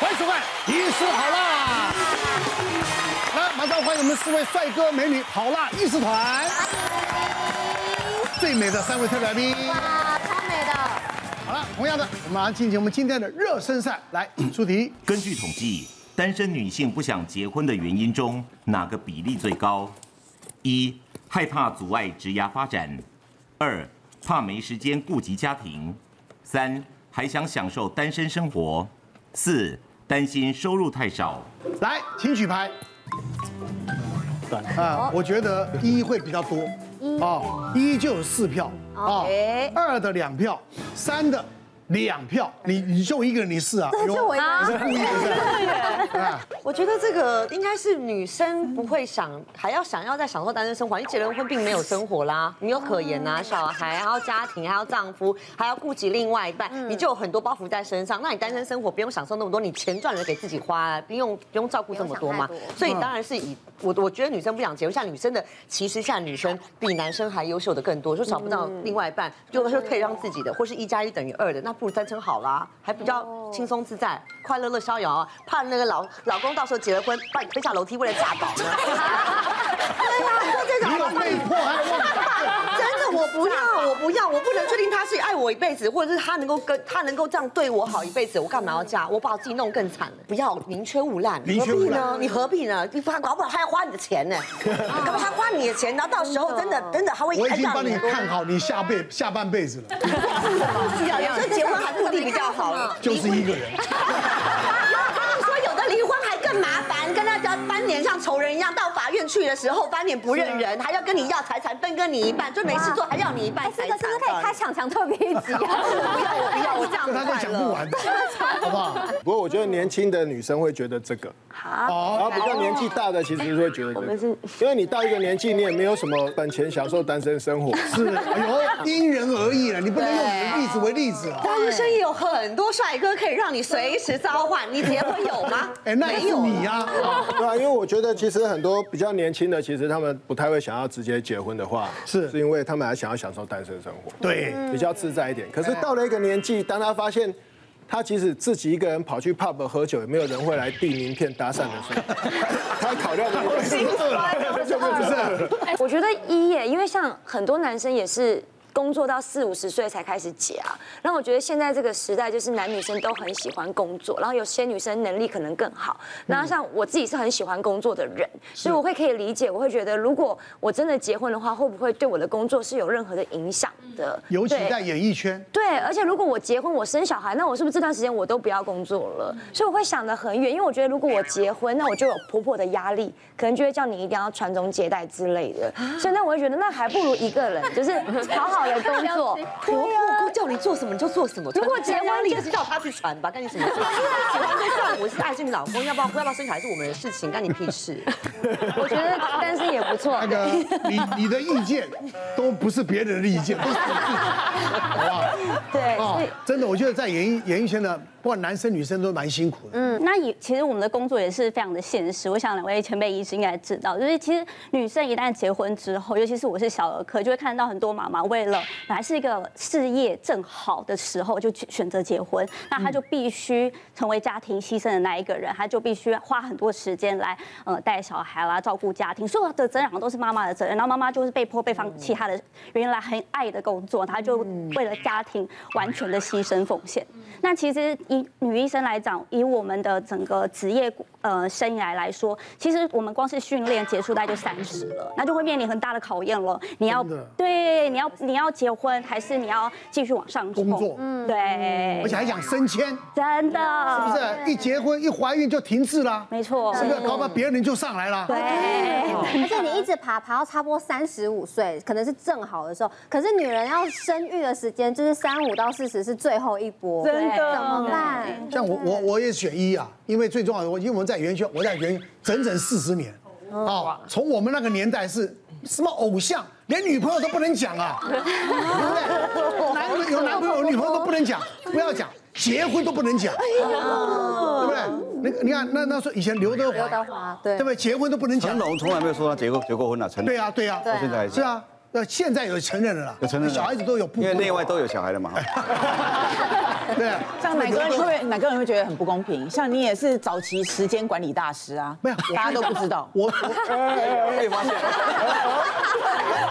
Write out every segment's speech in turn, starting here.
欢迎收看《医师好辣》。来，马上欢迎我们四位帅哥美女好辣医师团，最美的三位特别来宾。啊哇，超美的！好了，同样的，我们马上进行我们今天的热身赛。来，出题，根据统计，单身女性不想结婚的原因中，哪个比例最高？一、害怕阻碍职涯发展；二、怕没时间顾及家庭；三、还想享受单身生活；四、担心收入太少。来，请举牌。啊，我觉得一会比较多，啊，一就有四票，啊 OK，二的两票，三的两票，你你就一个人你试啊，对就我一个人你是故意的是 吧，啊，我觉得这个应该是女生不会想，还要想要再享受单身生活。你结了婚并没有生活啦，你有可言呐、小孩，还要家庭，还要丈夫，还要顾及另外一半，嗯你就有很多包袱在身上。那你单身生活不用享受那么多，你钱赚了给自己花，不用不用照顾这么多嘛不用想太。多所以当然是以我我觉得女生不想结婚，像女生的，其实像女生比男生还优秀的更多，就找不到另外一半，就就可以让自己的，或是一加一等于二的，那不如单身好啦，还比较轻松自在，快乐乐逍遥啊。怕那个老老公到时候结了婚，把你推下楼梯为了炸倒呢。 对啊，就这你有种。被迫还忘 记。真的，我不要，我不要，我不能确定他是爱我一辈子，或者是他能够跟他能够这样对我好一辈子，我干嘛要嫁？我把我自己弄更惨了，嗯不要宁缺毋滥，宁缺毋滥何必呢？你何必呢？你怕搞不好他要花你的钱呢，搞不好他花你的钱，然后到时候真的真的 他会我已经帮你多看好你下辈下半辈子了，不要，有时候结婚还目的比较好了。就是一个人。跟嗯 你说，有的离婚还更麻烦，跟那叫翻脸像仇人一样，到法院去的时候翻脸不认人，还要跟你要财产，分跟你一半，就没事做还要你一半财这产个。哎是不是可以开抢强特别一集啊？ 不要，我不要，我这样这他不都快讲不乐。 完，好不好？不过我觉得年轻的女生会觉得这个，然好，后比较年纪大的其实会觉得这个，因为你到一个年纪，你也没有什么本钱享受单 身生活。是，哎呦，因人而异了，你不能用你的例子为例子啊。大学生也有很多帅哥可以让你随时召唤，你结婚有吗？ 哎，那也是你呀， 啊对啊，因为我觉得其实很多比较年轻的，其实他们不太会想要直接结婚的话，是是因为他们还想要享受单身生活，对，啊比较自在一点。可是到了一个年纪，当他发现。他即使自己一个人跑去 pub 喝酒，也没有人会来递名片搭讪的 时候，他考量的是 这个不哦是啊 我觉得一耶，因为像很多男生也是。工作到四五十岁才开始结啊，然后我觉得现在这个时代就是男女生都很喜欢工作，然后有些女生能力可能更好，然后像我自己是很喜欢工作的人，所以我会可以理解，我会觉得如果我真的结婚的话，会不会对我的工作是有任何的影响的？尤其对在演艺圈，对，而且如果我结婚，我生小孩，那我是不是这段时间我都不要工作了？所以我会想得很远，因为我觉得如果我结婚，那我就有婆婆的压力，可能就会叫你一定要传宗接代之类的。所以那我会觉得，那还不如一个人，就是好好的工作。婆婆叫你做什么你就做什么。如果结婚压力是叫他去传吧，干你什么事？喜欢就算，我是爱是你老公，要不要要不要生小孩是我们的事情，干你屁事。我觉得单身也不错那。 个你你的意见都不是别人的意见，都是你自己，好不好？ 对，啊所以，真的，我觉得在演艺演艺圈的，不管男生女生都蛮辛苦的。嗯，那也其实我们的工作也是非常的现实。我想两位前辈医师应该知道，就是其实女生一旦结婚之后，尤其是我是小儿科，就会看到很多妈妈为了本来是一个事业正好的时候就去选择结婚，那她就必须成为家庭牺牲的那一个人，她就必须花很多时间来呃带小孩啦、照顾家庭，所有的责任好像都是妈妈的责任。然后妈妈就是被迫被放弃她嗯的原来很爱的工作，她就为了家庭完全的牺牲奉献。那其实以女医生来讲，以我们的整个职业呃生涯来说，其实我们光是训练结束大概就三十了，那就会面临很大的考验了。你要真的对，你要你要结婚，还是你要继续往上工作嗯，对而，且还想升迁，真的是不？是？一结婚一怀孕就停滞啦，没错，是不是？哦搞不好别人就上来哎啦。对。而且你一直爬爬到差不多三十五岁，可能是正好的时候。可是女人要生育的时间就是三五到四十是最后一波，真的怎么办？像我我我也选一啊，因为最重要的，我因为我们在圆圈，我在圆整整四十年，啊，从我们那个年代是什么偶像，连女朋友都不能讲啊，对不对？男有男朋友有女朋友都不能讲，不要讲，结婚都不能讲，对不对？那个你看那那时候以前刘德华，刘德华对对不对？结婚都不能讲成，龙从来没有说他结过结过婚啊，成龙对呀对呀，对啊现在还是是啊，那现在有承认了啦，有承认了小孩子都有不因为内外都有小孩了嘛。 对，像奶哥，你会不会奶哥你会觉得很不公平？像你也是早期时间管理大师啊，没有大家都不知道。我我被发现，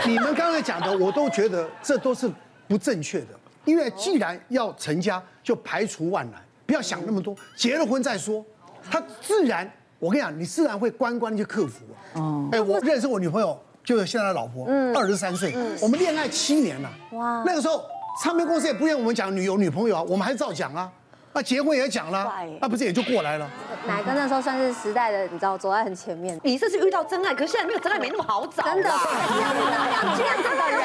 你们刚才讲的，我都觉得这都是不正确的，因为既然要成家，就排除万难，不要想那么多，结了婚再说，他自然，我跟你讲，你自然会关关去克服。哦，哎，我认识我女朋友，就是现在的老婆，二十三岁，我们恋爱七年了，嗯哇，那个时候唱片公司也不愿我们讲女有女朋友啊，我们还照讲啊，那结婚也讲了啊怪耶，那不是也就过来了。奶哥那时候算是时代的，你知道，走在很前面。你这是遇到真爱，可是现在没有真爱没那么好找啦。啊真的这样子的人，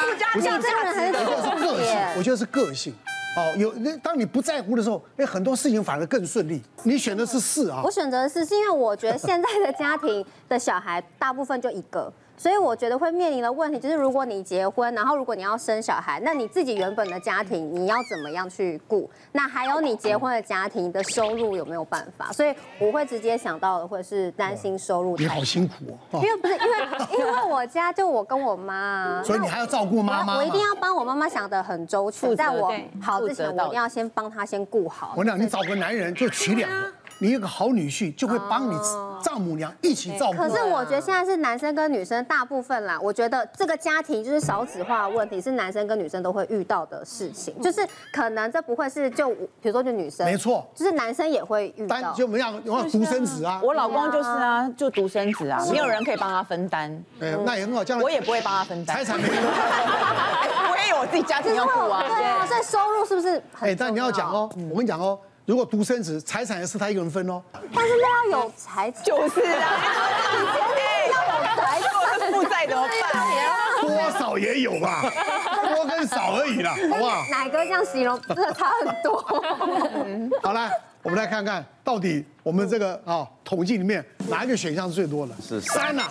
顾家不是教这样的我人觉得是个性，我觉得是个性。哦，有那当你不在乎的时候，哎，很多事情反而更顺利。你选的是四啊我，选择的是，是因为我觉得现在的家庭的小孩大部分就一个，所以我觉得会面临的问题就是，如果你结婚，然后如果你要生小孩，那你自己原本的家庭你要怎么样去顾？那还有你结婚的家庭的收入有没有办法？所以我会直接想到的会是担心收入你太好辛苦哦，因为不是因为因为我家就我跟我妈哦，所以你还要照顾妈妈嘛我要我一定要帮我妈妈想得很周全，负责在我对好之负责前，到我底一定要先帮她先顾好。我讲你找个男人就娶两个，你有个好女婿就会帮你丈母娘一起照顾。哦可是我觉得现在是男生跟女生大部分啦，我觉得这个家庭就是少子化的问题，是男生跟女生都会遇到的事情，就是可能这不会是就比如说就女生，没错就是男生也会遇单到。就我们讲，我讲独生子啊，我老公就是啊，就独生子啊，没有人可以帮他分担，哎，那也很好，将来我也不会帮他分担财。产没有。我也有我自己家庭要顾啊。对啊，所以收入是不是很？哎，但你要讲，哦， 嗯我跟你讲哦，如果独生子，财产也是他一个人分哦。但是那要有财产，就是啊，要有财产。我是负债怎么办？多少也有吧，多跟少而已啦，好不好？奶哥这样形容真的差很 多。好了，我们来看看到底我们这个啊、统计里面哪一个选项是最多的？嗯是啊三啊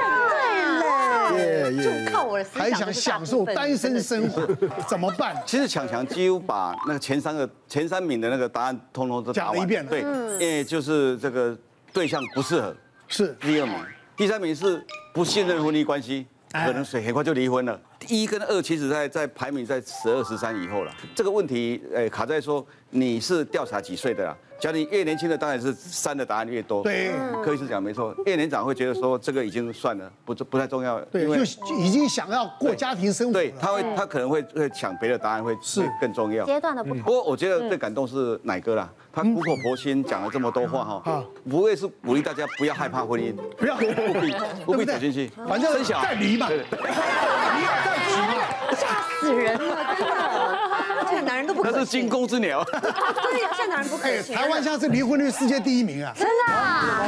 呐、耶耶耶靠我的思还想享受单身生活，怎么办？其实强强几乎把那个前三个前三名的那个答案通通都答完讲了一遍了对，因为就是这个对象不适合，是第二名，第三名是不信任婚姻关系，哎可能水很快就离婚了。一跟二其实在在排名在十二十三以后了。这个问题，呃，卡在说你是调查几岁的啦？假如你越年轻的，当然是三的答案越多。对，柯医师讲没错，越年长会觉得说这个已经算了，不不太重要了。对，因为就就已经想要过家庭生活对，了。他会他可能会会抢别的答案，会是是更重要。嗯阶段的不同不，过我觉得最感动是奶哥啦，他苦口婆心讲了这么多话嗯啊哈，不会是鼓励大家不要害怕婚姻，不要不必不必走进去，反正生小再孩。离嘛，对离了再急嘛。 这个男人都不那是惊弓之鸟，对呀，现在男人不可哎，信。台湾现在是离婚率世界第一名啊！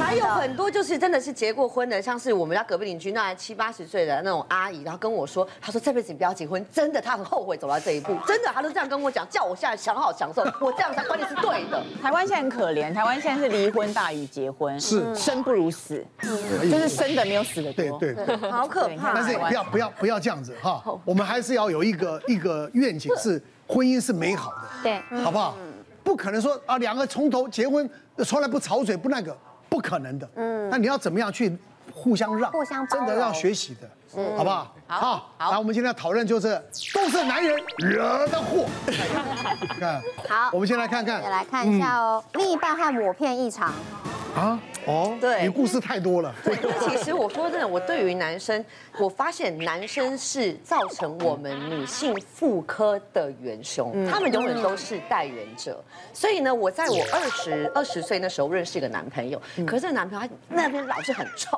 还有很多就是真的是结过婚的，像是我们家隔壁邻居那七八十岁的那种阿姨，然后跟我说，她说这辈子你不要结婚，真的，她很后悔走到这一步，真的，她都这样跟我讲，叫我现在享好享受，我这样才观念是对的。台湾现在很可怜，台湾现在是离婚大于结婚，嗯是哎生不如死，就是生的没有死的对多。对对， 好可怕但是不要不要不要这样子哈，我们还是要有一个一个愿景是婚姻是美好的。对，好不嗯好？不可能说啊，两个从头结婚，呃从来不吵嘴，不那个，不可能的。嗯，那你要怎么样去互相让，互相包真容的要学习的，好不好？好，好那我们今天要讨论就是都是男人惹的祸。 看，好我们先来看看也来看一下哦，另一半和抹片异常。啊，哦，对你故事太多了。对，因为其实我说真的，我对于男生，我发现男生是造成我们女性妇科的元凶，他们永远都是代言者。所以呢，我在我二十二十岁那时候认识一个男朋友，可是这个男朋友他那边老是很臭。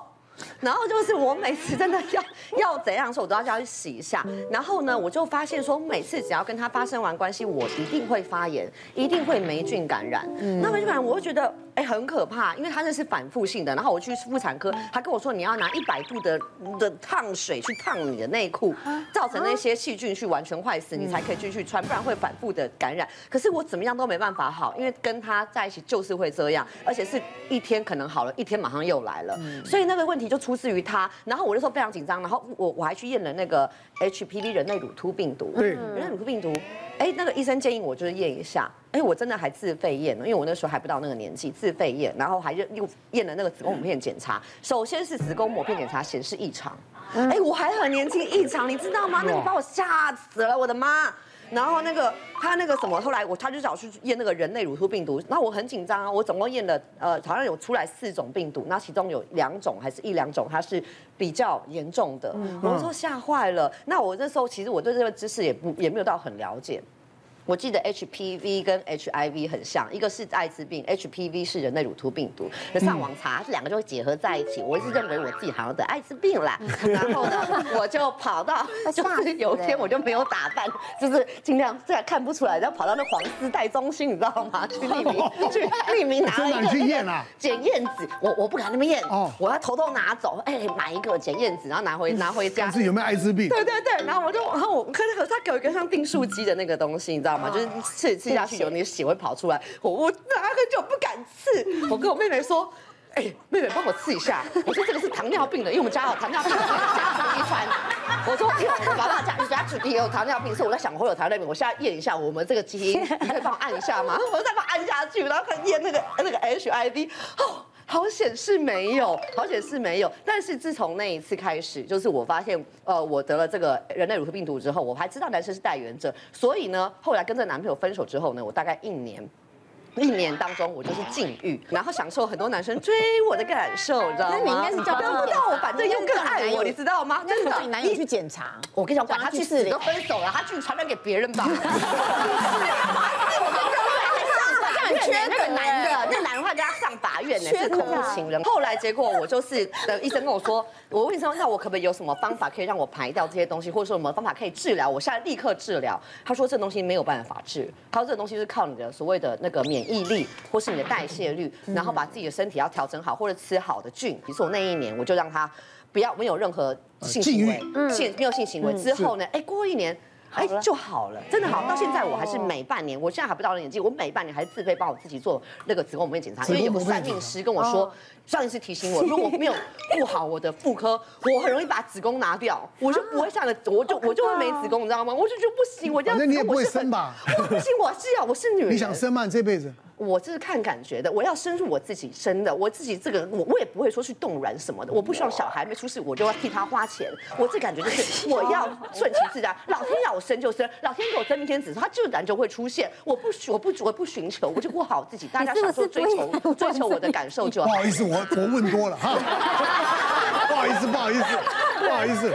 然后就是我每次真的要 要怎样的时候，我都要叫他去洗一下。然后呢，我就发现说，每次只要跟他发生完关系，我一定会发炎，一定会霉菌感染。那霉菌感染，我会觉得哎很可怕，因为他那是反复性的。然后我去妇产科，他跟我说你要拿一百度的的烫水去烫你的内裤，造成那些细菌去完全坏死，你才可以继续穿，不然会反复的感染。可是我怎么样都没办法好，因为跟他在一起就是会这样，而且是一天可能好了，一天马上又来了。所以那个问题题就出自于他。然后我那时候非常紧张，然后我我还去验了那个 HPV 人类乳突病毒，对人类乳突病毒，哎，那个医生建议我就是验一下，哎，我真的还自费验了，哦因为我那时候还不到那个年纪，自费验，然后还认又验了那个子宫膜片检查，首先是子宫膜片检查显示异常，哎，我还很年轻异常，你知道吗？那个把我吓死了，我的妈！然后那个他那个什么，后来我他就找我去验那个人类乳突病毒，那我很紧张啊，我总共验了呃好像有出来四种病毒，那其中有两种还是一两种它是比较严重的，我说吓坏了。那我那时候其实我对这个知识也不也没有到很了解。我记得 HPV 跟 HIV 很像，一个是艾滋病，HPV 是人类乳突病毒。嗯那上网查，这两个就会结合在一起。我一直认为我自己好像得艾滋病啦，嗯然后呢， 我就 跑到，就是有一天我就没有打扮，就是尽量虽然看不出来，然后跑到那黄丝带中心，你知道 吗？去匿名，去匿名拿了一真的个你去那个验啊检验纸，我我不敢那么验哦，我要偷偷拿走，哎，买一个检验纸，然后拿回拿回家但。是有没有艾滋病？对对对，然后我就，然后我看那个他给我一个像订书机的那个东西，你知道吗？就是刺刺下去有你的血会跑出来，我我拿很久不敢刺，我跟我妹妹说。哎、妹妹帮我刺一下。我说这个是糖尿病的，因为我们家有糖尿病，我家族遗传。我说因为我爸爸家家主也有糖尿病，所以我在想我会有糖尿病，我现在验一下我们这个基因，你可以帮我按一下吗？我再把它按下去，然后再验那个那个 HIV。哦，好险是没有，好险是没有。但是自从那一次开始，就是我发现，呃，我得了这个人类乳头病毒之后，我还知道男生是带源者，所以呢，后来跟这个男朋友分手之后呢，我大概一年。 一年当中，我就是禁欲，然后享受很多男生追我的感受，你知道吗？那你应该是叫他得不到我，反正又更爱我，你知道吗？那真你的找你男友去检查，我跟你讲，管叫他他去去死试都分手了，他去传染给别人吧。 是啊很缺德那个男 的，那个男的话跟他上法院呢，是恐怖情人。后来结果我就是，呃，医生跟我说，我问医生，那我可不可以有什么方法可以让我排掉这些东西，或者说有什么方法可以治疗？我现在立刻治疗。他说这东西没有办法治，他说这东西是靠你的所谓的那个免疫力，或是你的代谢率，然后把自己的身体要调整好，或者吃好的菌。比如说我那一年，我就让他不要没有任何性行为呃禁欲，性没有性行为嗯之后呢，哎，过一年。哎，就好了，真的好。到现在我还哦是每半年，我现在还不到那个年纪，我每半年还是自费帮我自己做那个子宫膜片检查，子宫因为有个膜片算检命查哦师跟我说，算命师提醒我，如果没有顾好我的妇科，我很容易把子宫拿掉，我就啊不会下个，我就我就会没子宫，你知道吗？我就觉得不行，我这样哦反子正你也我不会是很生吧我不行，我是啊，我是女 人。你想生吗？你这辈子？我这是看感觉的，我要深入我自己生的，我自己这个我我也不会说去冻卵什么的，我不希啊望小孩没出世我就要替他花钱，我这感觉就是哎我要顺其自然，老天让我生就生，老天给我真命天子，他自然就会出现，我不我不我不寻求，我就过好自己，大家你是享不受是追不应该求问追求我的感受就不好。好意思，我我问多了哈，不好意思，不好意思，不好意思，